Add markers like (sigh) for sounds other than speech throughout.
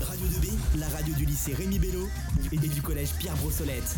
Radio 2B, la radio du lycée Rémi Bello et du collège Pierre Brossolette.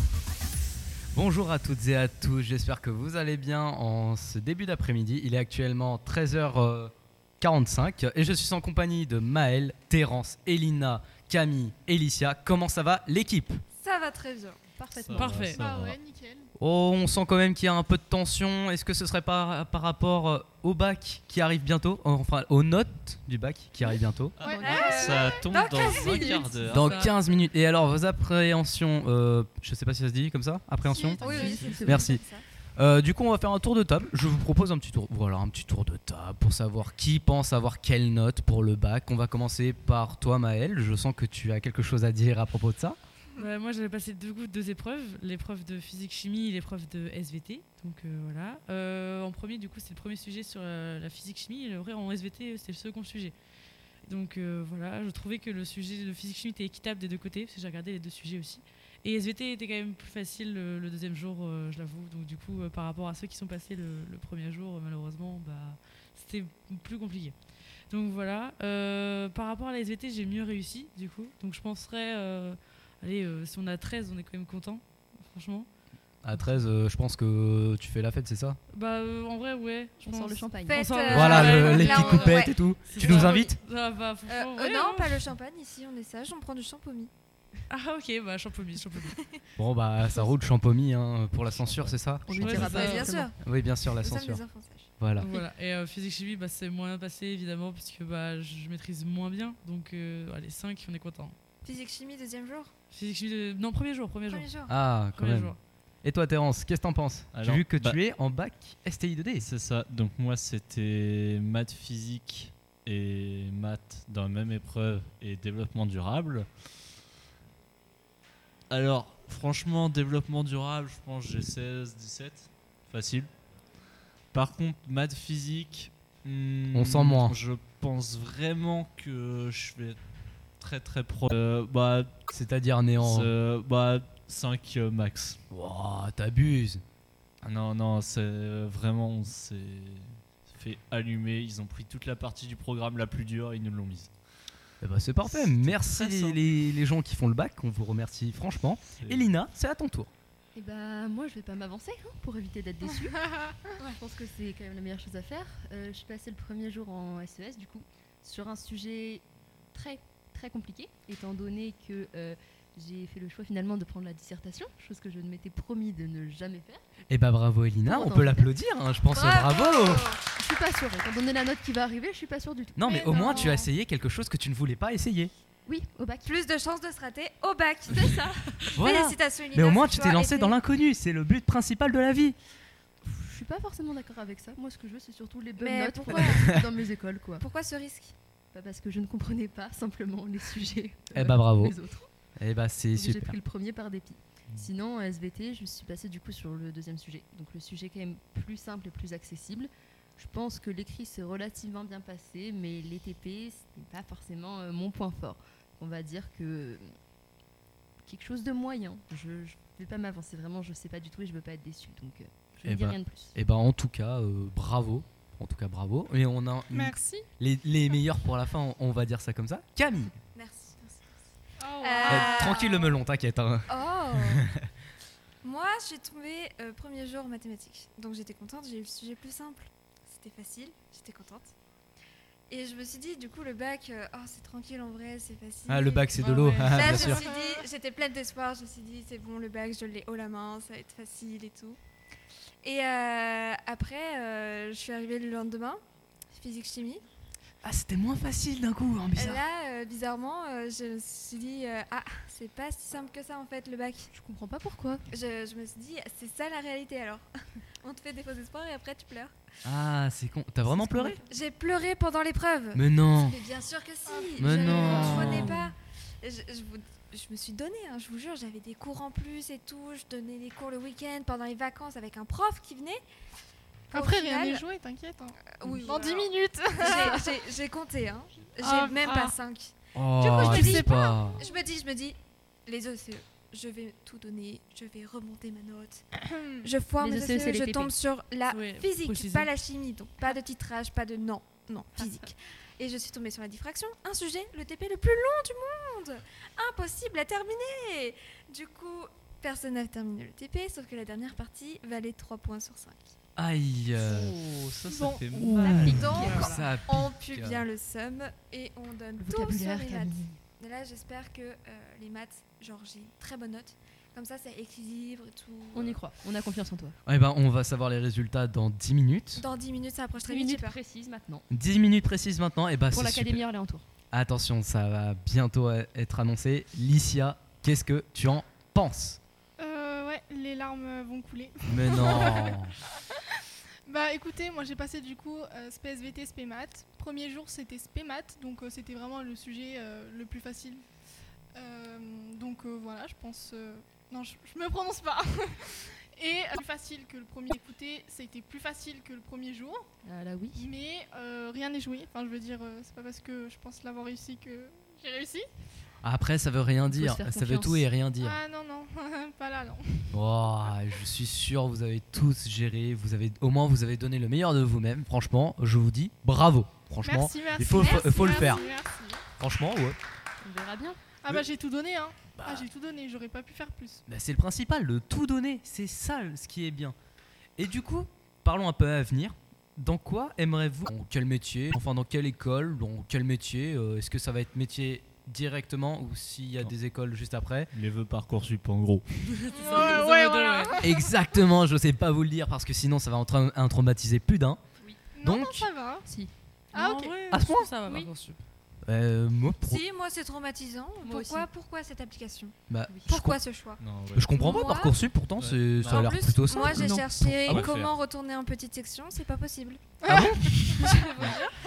Bonjour à toutes et à tous, j'espère que vous allez bien en ce début d'après-midi. Il est actuellement 13h45 et je suis en compagnie de Maël, Terence, Elina, Camille, Elicia. Comment ça va l'équipe Ça va très bien, parfaitement. va, Parfait. ça Ah va. ouais, nickel. Oh, on sent quand même qu'il y a un peu de tension. Est-ce que ce serait par, par rapport euh, au bac qui arrive bientôt Enfin, aux notes du bac qui arrive bientôt Ah, Ouais. non, Ah, Ça tombe Dans dans, quinze un minutes. quart d'heure. Dans ça. 15 minutes. Et alors, vos appréhensions, euh, je sais pas si ça se dit comme ça Appréhension Oui, oui, c'est- c'est Merci. bon, ça. Euh, du coup, on va faire un tour de table. Je vous propose un petit tour. Voilà, un petit tour de table pour savoir qui pense avoir quelle note pour le bac. On va commencer par toi, Maël. Je sens que tu as quelque chose à dire à propos de ça. Ouais, moi, j'avais passé deux, coups- deux épreuves, l'épreuve de physique-chimie et l'épreuve de SVT. Donc euh, voilà. Euh, en premier, du coup, c'était le premier sujet sur euh, la physique-chimie et le vrai en SVT, euh, c'était le second sujet. Donc euh, voilà, je trouvais que le sujet de physique-chimie était équitable des deux côtés, parce que j'ai regardé les deux sujets aussi. Et SVT était quand même plus facile le, le deuxième jour, euh, je l'avoue. Donc du coup, euh, par rapport à ceux qui sont passés le, le premier jour, euh, malheureusement, bah, c'était plus compliqué. Donc voilà. Euh, par rapport à la SVT, j'ai mieux réussi, du coup. Donc je penserais... euh, Allez, euh, si on a 13, on est quand même content, franchement. À 13, euh, je pense que tu fais la fête, c'est ça Bah, euh, en vrai, ouais. Je On pense. sort le champagne. Faites, Ensemble. euh, Voilà, ouais, le- là, les on- petites coupettes ouais. et tout. C'est Tu ça. nous invites Ah, bah, franchement, Euh, euh, ouais, non, ouais. pas le champagne ici, on est sage, on prend du champomis. Ah, ok, bah, champomis, champomis. Bon, bah, ça roule champomis hein, pour la censure, c'est ça On lui Ouais, dira c'est pas. ça. Mais bien Oui, bien sûr, exactement. sûr, la nous sommes censure. des enfants sages. Voilà. voilà. Et euh, physique chimie, bah, c'est moins passé, évidemment, puisque bah, je maîtrise moins bien. Donc, euh, allez, 5, on est content. Physique, chimie, deuxième jour, Physique chimie, de- non, premier jour, premier jour. premier jour. Ah, quand Premier même. jour. Et toi, Terence, qu'est-ce que t'en penses J'ai Alors, vu que bah- tu es en bac STI 2D. C'est ça. Donc moi, c'était maths physique et maths dans la même épreuve et développement durable. Alors, franchement, développement durable, je pense que j'ai 16, 17. Facile. Par contre, maths physique... hmm, On sent moins. Je pense vraiment que je vais être très très pro. Euh, bah, C'est-à-dire néant. c'est- bah, 5 euh, max. Wow, t'abuses. Ah Non, non, c'est euh, vraiment, on s'est fait allumer. Ils ont pris toute la partie du programme la plus dure et ils nous l'ont mise. Eh ben, c'est parfait. C'est Merci très simple. les, les gens qui font le bac. On vous remercie franchement. C'est- Elina, c'est à ton tour. Et bah, moi, je vais pas m'avancer hein, pour éviter d'être déçue. Je pense que c'est quand même la meilleure chose à faire. Euh, je suis passée le premier jour en SES, du coup, sur un sujet très, très compliqué, étant donné que euh, j'ai fait le choix finalement de prendre la dissertation, chose que je ne m'étais promis de ne jamais faire. Eh ben bravo Elina, Oh, on non. peut l'applaudir. hein, je pense bravo. Je suis pas sûre, étant donné la note qui va arriver, je suis pas sûre du tout. Non mais, Mais au moins non. tu as essayé quelque chose que tu ne voulais pas essayer. Oui, au bac. Plus de chances de se rater au bac, c'est ça. Voilà. Félicitations, Elina. Mais au moins ça tu doit t'es lancé aider. dans l'inconnu. C'est le but principal de la vie. Je suis pas forcément d'accord avec ça. Moi, ce que je veux, c'est surtout les bonnes Mais notes pourquoi pour- dans mes écoles, quoi. Pourquoi ce risque Pas parce que je ne comprenais pas (laughs) simplement les sujets. Eh euh, bah, bravo. Les autres. Eh ben c'est Donc, J'ai super. Mm. pris le premier par dépit. Sinon, euh, en SVT, je suis passée du coup sur le deuxième sujet. Donc le sujet quand même plus simple et plus accessible. Je pense que l'écrit s'est relativement bien passé, mais les TP, ce n'est pas forcément euh, mon point fort. On va dire que euh, quelque chose de moyen. Je ne vais pas m'avancer vraiment, je ne sais pas du tout et je ne veux pas être déçue. Donc euh, je Eh ne dis ben, rien de plus. Eh ben en tout cas euh, bravo. En tout cas bravo. Et on a Merci. les, les meilleurs pour la fin. on- On va dire ça comme ça. Camille, Merci. Oh, eh, Euh, tranquille le melon, t'inquiète. hein. Oh Moi, j'ai tombé euh, premier jour en mathématiques. Donc j'étais contente, j'ai eu le sujet plus simple. C'était facile, j'étais contente. Et je me suis dit, du coup, le bac, euh, oh, c'est tranquille en vrai, c'est facile. Ah le bac c'est de Ah l'eau. ouais. Ah, (laughs) Là, bien Bah, je sûr. me suis dit, j'étais pleine d'espoir, je me suis dit, c'est bon, le bac, je l'ai haut la main, ça va être facile et tout. Et euh, après, euh, je suis arrivée le lendemain, physique-chimie. Ah c'était moins facile d'un coup. hein, bizarre. Là, euh, bizarrement, euh, je me suis dit, euh, ah, c'est pas si simple que ça en fait, le bac. Je comprends pas pourquoi. Je, je me suis dit, c'est ça la réalité alors. (laughs) On te fait des faux espoirs et après tu pleures. Ah c'est con. T'as vraiment pleuré J'ai pleuré pendant l'épreuve. Mais non. Mais bien sûr que si. Mais je non. ne comprenais pas. Je, je vous- je me suis donné, hein, je vous jure, j'avais des cours en plus et tout. Je donnais des cours le week-end pendant les vacances avec un prof qui venait. Au Après, final, rien n'est joué, t'inquiète. hein. euh, oui, Dans 10 alors, minutes. j'ai- j'ai- J'ai compté, hein. J'ai Ah, même ah. pas 5. Oh, je me tu dis- sais pas. Je me dis, je me dis, les OCE, je vais tout donner, je vais remonter ma note. je foire Les mes OCE, c'est OCE, les je TP. tombe sur la Ouais, physique, préciser. pas la chimie, donc pas de titrage, pas de non, non, physique. Et je suis tombée sur la diffraction, un sujet, le TP le plus long du monde Impossible à terminer Du coup, personne n'a terminé le TP, sauf que la dernière partie valait 3 points sur 5. Aïe. euh, Oh, ça, ça Bon, fait ouh, mal. pique. Donc, ça On pique. pue bien le somme et on donne Le tout sur vocabulaire les maths. terminé. Et là, j'espère que euh, les maths, genre, j'ai une très bonne note. Comme ça, c'est équilibre et tout. Euh, On y croit, on a confiance en toi. Eh ben, on va savoir les résultats dans 10 minutes. Dans 10 minutes, ça approche très Très vite, j'ai minutes peur. précises maintenant. 10 minutes précises maintenant. Et bah, Pour Ah, c'est l'Académie super. Orléans-Tour. Attention, ça va bientôt euh, être annoncé. Licia, qu'est-ce que tu en penses Euh, ouais, les larmes vont couler. Mais (laughs) non. Bah écoutez, moi j'ai passé du coup euh, SPSVT, SPMAT. Premier jour c'était SPMAT, donc euh, c'était vraiment le sujet euh, le plus facile. Euh, donc euh, voilà, je pense. euh, Non, je, je me prononce pas. (laughs) Et euh, plus facile que le premier écouté, c'était plus facile que le premier jour, Ah là oui. mais euh, rien n'est joué. Enfin, je veux dire, euh, c'est pas parce que je pense l'avoir réussi que j'ai réussi. Après, ça veut rien se dire. faire Ça veut confiance. tout et rien dire. Ah non, non, (laughs) pas là, non. Oh, je suis sûr, vous avez tous géré. Vous avez, au moins, vous avez donné le meilleur de vous-même. Franchement, je vous dis bravo. Franchement, Merci, merci. il faut, faut- merci, faut le merci, faire. merci. Franchement, ouais. On verra bien. Ah bah j'ai tout donné, hein. Bah, Ah, j'ai tout donné, j'aurais pas pu faire plus. bah, c'est le principal, le tout donner. C'est ça ce qui est bien. Et du coup, parlons un peu à venir. Dans quoi aimerez-vous Dans quel métier Enfin, dans quelle école Dans quel métier Euh, Est-ce que ça va être métier directement ou s'il y a Non. des écoles juste après Les vœux Parcoursup, en gros. Ouais, ouais, voilà. Exactement, je sais pas vous le dire parce que sinon ça va en, tra- en traumatiser plus d'un. Non, non, Donc- ça va. Si. Ah, Non, ok. en vrai, À ce je trouve ça va, Oui. Parcoursup. Euh, moi, pro- Si, moi, c'est traumatisant. pourquoi, Moi aussi. pourquoi cette application bah, je Pourquoi ce choix Non, ouais. Je comprends pas Moi- Parcoursup, pourtant Ouais. c'est- ça En a En l'air plus, plutôt simple. moi j'ai non cherché Ah ouais. comment retourner en petite section, c'est pas possible.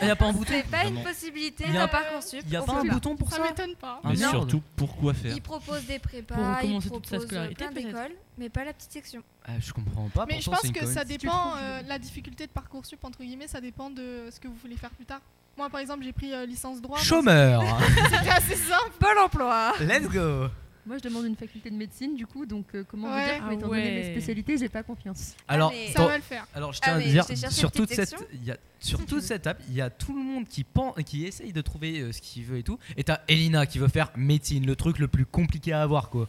Il y a pas un bouton C'est pas une Vraiment. possibilité Il y a- dans Parcoursup. Il y a Au pas un contraire. bouton pour Ça ça m'étonne pas. Ah, Mais merde. surtout, pourquoi faire Ils proposent des Pour prépas, ils recommencer toute sa proposent euh, scolarité, plein peut-être. d'écoles, mais pas la petite section. Ah, Je comprends pas. Mais je pourtant, c'est pense une que ça connerie. dépend, trouves, euh, la difficulté de Parcoursup, entre guillemets, ça dépend de ce que vous voulez faire plus tard. Moi, par exemple, j'ai pris euh, licence droit. Chômeur (laughs) donc C'était assez simple. hein. Pôle emploi Let's go Moi, je demande une faculté de médecine, du coup, donc euh, comment Ouais. vous dire que, Ah étant donné ouais. les spécialités, j'ai pas confiance. Alors, Ah, mais- Ça dans- va le faire. alors je Ah, tiens à mais dire, j'ai cherché sur une toute, petite cette, il y a, sur toute cette table, il y a tout le monde qui, pense, qui essaye de trouver euh, ce qu'il veut et tout. Et t'as Elina qui veut faire médecine, le truc le plus compliqué à avoir quoi.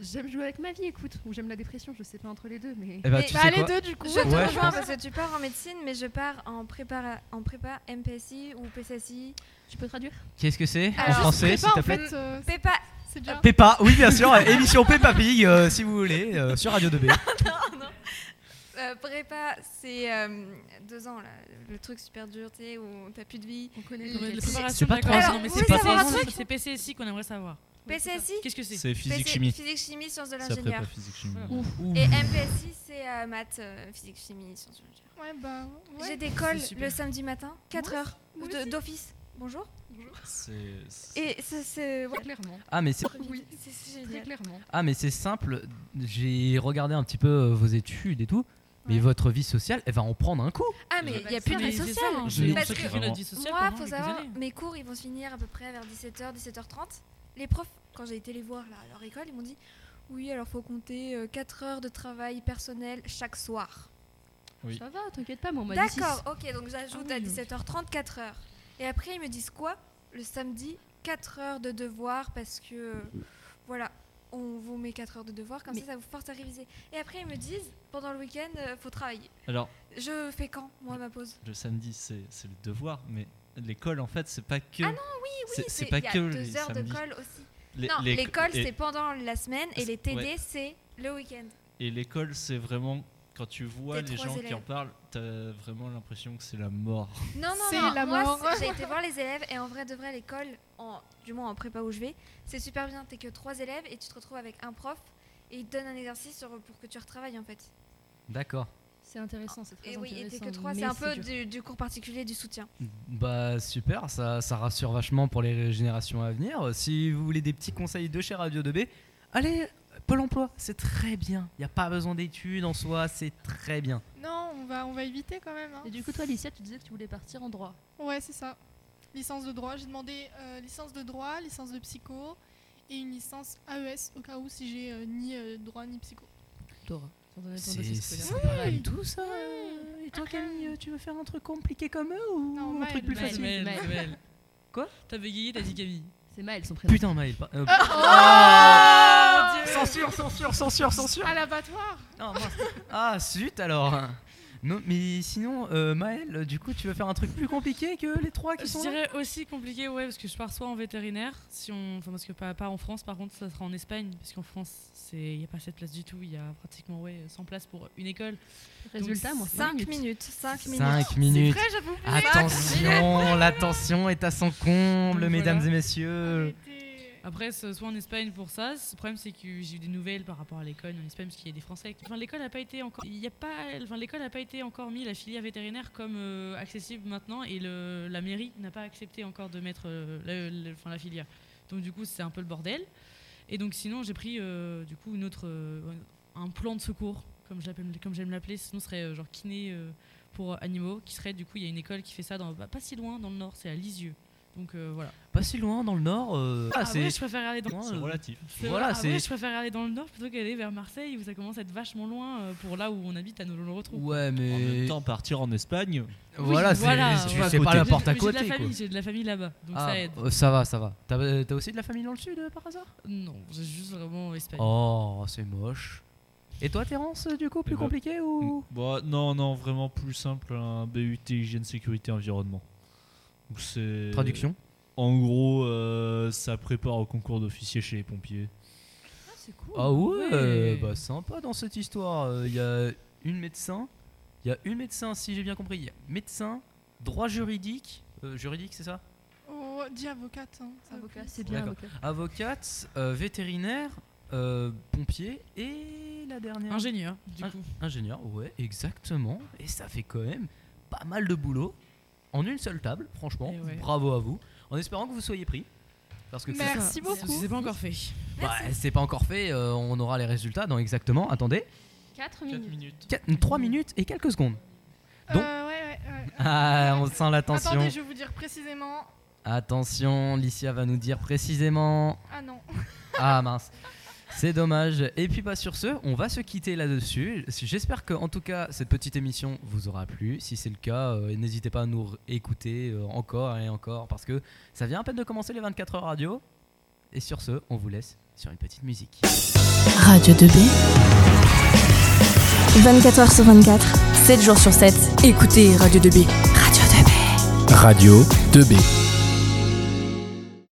J'aime jouer avec ma vie, écoute, ou j'aime la dépression, je sais pas entre les deux, mais. Et bah, Mais- tu Bah, sais les quoi deux, du coup. Je te Ouais, je rejoins pense. parce que tu pars en médecine, mais je pars en prépa, en prépa MPSI ou PSSI. Tu peux traduire Qu'est-ce que c'est en Alors, français Prépa, s'il te en plaît fait, euh, c'est- Prépa, c'est bien. Peppa, oui bien sûr, (laughs) émission Peppa Pig euh, si vous voulez, euh, sur Radio 2B. euh, prépa, c'est euh, deux ans là, le truc super dur, tu sais, où t'as plus de vie. On connaît Le- le La préparation préparation. de pas la trois classe, ans. non, mais Alors, c'est vous voulez savoir un PCSI, truc c'est PCSI qu'on aimerait savoir. PSSI Qu'est-ce que c'est C'est PC physique-chimie. Physique, chimie, sciences de Ça l'ingénieur. prépare physique-chimie. Et MPSI, c'est euh, maths, euh, physique, chimie, sciences de l'ingénieur. Ouais, bah. ouais. J'ai des calls C'est super. le samedi matin, 4 heures moi de- aussi. d'office. Bonjour. C'est- c'est- Et ça, c'est. ouais. Clairement. Ah mais c'est Oui. C'est- c'est Très génial. clairement. Ah mais c'est simple, j'ai regardé un petit peu euh, vos études et tout, mais Ouais. votre vie sociale, elle va en prendre un coup. Ah, mais il n'y a plus de vie sociale. Je J'ai Parce l'impression que hein. que notre vie sociale, Moi, pendant faut quelques savoir, années. mes cours, ils vont se finir à peu près vers 17h, 17h30. Les profs, quand j'ai été les voir là, à leur école, ils m'ont dit Oui, alors faut compter 4 heures de travail personnel chaque soir. Oui. Ça va, t'inquiète pas, moi, on m'a dit D'accord, ok, donc j'ajoute Ah oui, à donc. 17h30, 4 heures. Et après, ils me disent quoi Le samedi, 4 heures de devoir parce que. euh, Voilà, on vous met 4 heures de devoir, comme Mais- ça, ça vous force à réviser. Et après, ils me disent Pendant le week-end, euh, faut travailler. Alors, Je fais quand, moi, ma pause le samedi, c'est c'est le devoir, mais l'école, en fait, c'est pas que. Ah non, c'est- c'est il pas y a que les deux heures de samedis. colle aussi. Les- non, les- l'école, et- c'est pendant la semaine et les TD, Ouais. c'est le week-end. Et l'école, c'est vraiment. Quand tu vois Tes les trois gens qui en élèves. parlent, t'as vraiment l'impression que c'est la mort. Non, C'est non, non. la moi, mort. c'est- j'ai été voir les élèves et en vrai de vrai, l'école, en, du moins en prépa où je vais, c'est super bien. T'es que trois élèves et tu te retrouves avec un prof et il te donne un exercice sur- pour que tu retravailles en fait. D'accord. C'est intéressant, c'est très Et Eh oui, intéressant. et t'es que trois. mais C'est un peu dur. du, du cours particulier, du soutien. Bah super, ça, ça rassure vachement pour les générations à venir. Si vous voulez des petits conseils de chez Radio 2B, allez, Pôle emploi, c'est très bien. Il n'y a pas besoin d'études en soi, c'est très bien. Non, on va, on va éviter quand même. hein. Et du coup, toi, Alicia, tu disais que tu voulais partir en droit. Ouais, c'est ça. Licence de droit. J'ai demandé euh, licence de droit, licence de psycho et une licence AES au cas où si j'ai euh, ni euh, droit ni psycho. Dora. C'est c'est C'est sympa et tout ça. euh, et toi Camille, tu veux faire un truc compliqué comme eux ou Non, un Maëlle, truc plus Maëlle, facile Maëlle, Maëlle. Maëlle. Quoi T'as bégayé, t'as dit Camille. C'est Maël son prénom. Putain Maël. pas- euh, censure, censure, censure, censure. À l'abattoir Non, mince. Ah zut alors. Non, mais sinon, euh, Maël, du coup, tu veux faire un truc plus compliqué que les trois qui Euh, Je sont là dirais aussi compliqué, ouais, parce que je pars soit en vétérinaire, si on, enfin, parce que pas, pas en France, par contre, ça sera en Espagne, parce qu'en France, c'est, il n'y a pas cette place du tout, il y a pratiquement, ouais, 100 places pour une école. Résultat, moi, 5 minutes. 5 5 minutes. Cinq C'est minutes. vrai, j'avoue. plus. Attention, la tension est à son comble, Voilà. mesdames et messieurs. Arrêtez. Après, ce- soit en Espagne pour ça, le problème c'est que j'ai eu des nouvelles par rapport à l'école en Espagne, parce qu'il y a des Français. qui- Enfin, l'école n'a pas été encore, il y a pas, enfin, l'école n'a pas été encore mis la filière vétérinaire comme euh, accessible maintenant, et le, la mairie n'a pas accepté encore de mettre euh, la, la- enfin, la filière. Donc du coup, c'est un peu le bordel. Et donc sinon, j'ai pris euh, du coup une autre, euh, un plan de secours, comme je l'appelle- comme j'aime l'appeler. Sinon, ce serait euh, genre kiné euh, pour animaux, qui serait du coup, il y a une école qui fait ça dans, bah, pas si loin dans le nord, c'est à Lisieux. Donc euh, voilà. Pas si loin dans le nord. euh, Ah, Ah ouais, c'est. je préfère aller dans. C'est relatif. C'est Voilà, vrai. Ah c'est- ouais, je préfère aller dans le nord plutôt qu'aller vers Marseille où ça commence à être vachement loin euh, pour là où on habite à nous le retrouve. Ouais, En même mais. temps, partir en Espagne, Voilà, Oui, c'est- voilà. tu Ouais. sais pas J'ai- la porte à J'ai de la côté. quoi. famille, j'ai de la famille là-bas, donc Ah, ça aide. euh, ça va, ça va. T'as euh, t'as aussi de la famille dans le sud euh, par hasard Non, j'ai juste vraiment Espagne. Oh, c'est moche. Et toi, Terence, euh, du coup, plus Eh ben, compliqué ou Bah, non, non, vraiment plus simple, un BUT hygiène, sécurité, environnement. Donc euh, c'est- Traduction En gros, euh, ça prépare au concours d'officier chez les pompiers. c'est cool. Oh. Ah ouais, ouais. Bah, sympa dans cette histoire. Euh, Il y a une médecin, il y a une médecin, si j'ai bien compris. Il y a médecin, droit juridique, euh, juridique, c'est ça Oh, dis avocate. hein, ça va Avocat, plus. c'est bien D'accord. avocat. Avocate, euh, vétérinaire, euh, pompier et la dernière. Ingénieur, du Ah. coup. Ingénieur, ouais, exactement. Et ça fait quand même pas mal de boulot en une seule table, franchement. Eh ouais. Bravo à vous. En espérant que vous soyez pris. Parce que c'est ça. Merci beaucoup. C'est pas encore fait. Bah, c'est pas encore fait, euh, on aura les résultats dans exactement, attendez, 4 4 minutes. minutes. 3 minutes et quelques secondes. Donc- Euh, ouais, ouais, ouais. Ah, on sent l'attention. Attendez, je vais vous dire précisément. Attention, Licia va nous dire précisément. Ah non. Ah mince. C'est dommage. Et puis bah sur ce, on va se quitter là-dessus. J'espère que en tout cas cette petite émission vous aura plu. Si c'est le cas, euh, n'hésitez pas à nous écouter euh, encore et encore parce que ça vient à peine de commencer les 24 heures radio. Et sur ce, on vous laisse sur une petite musique. Radio 2B. 24h sur 24. 7 jours sur 7. Écoutez Radio 2B. Radio 2B. Radio 2B.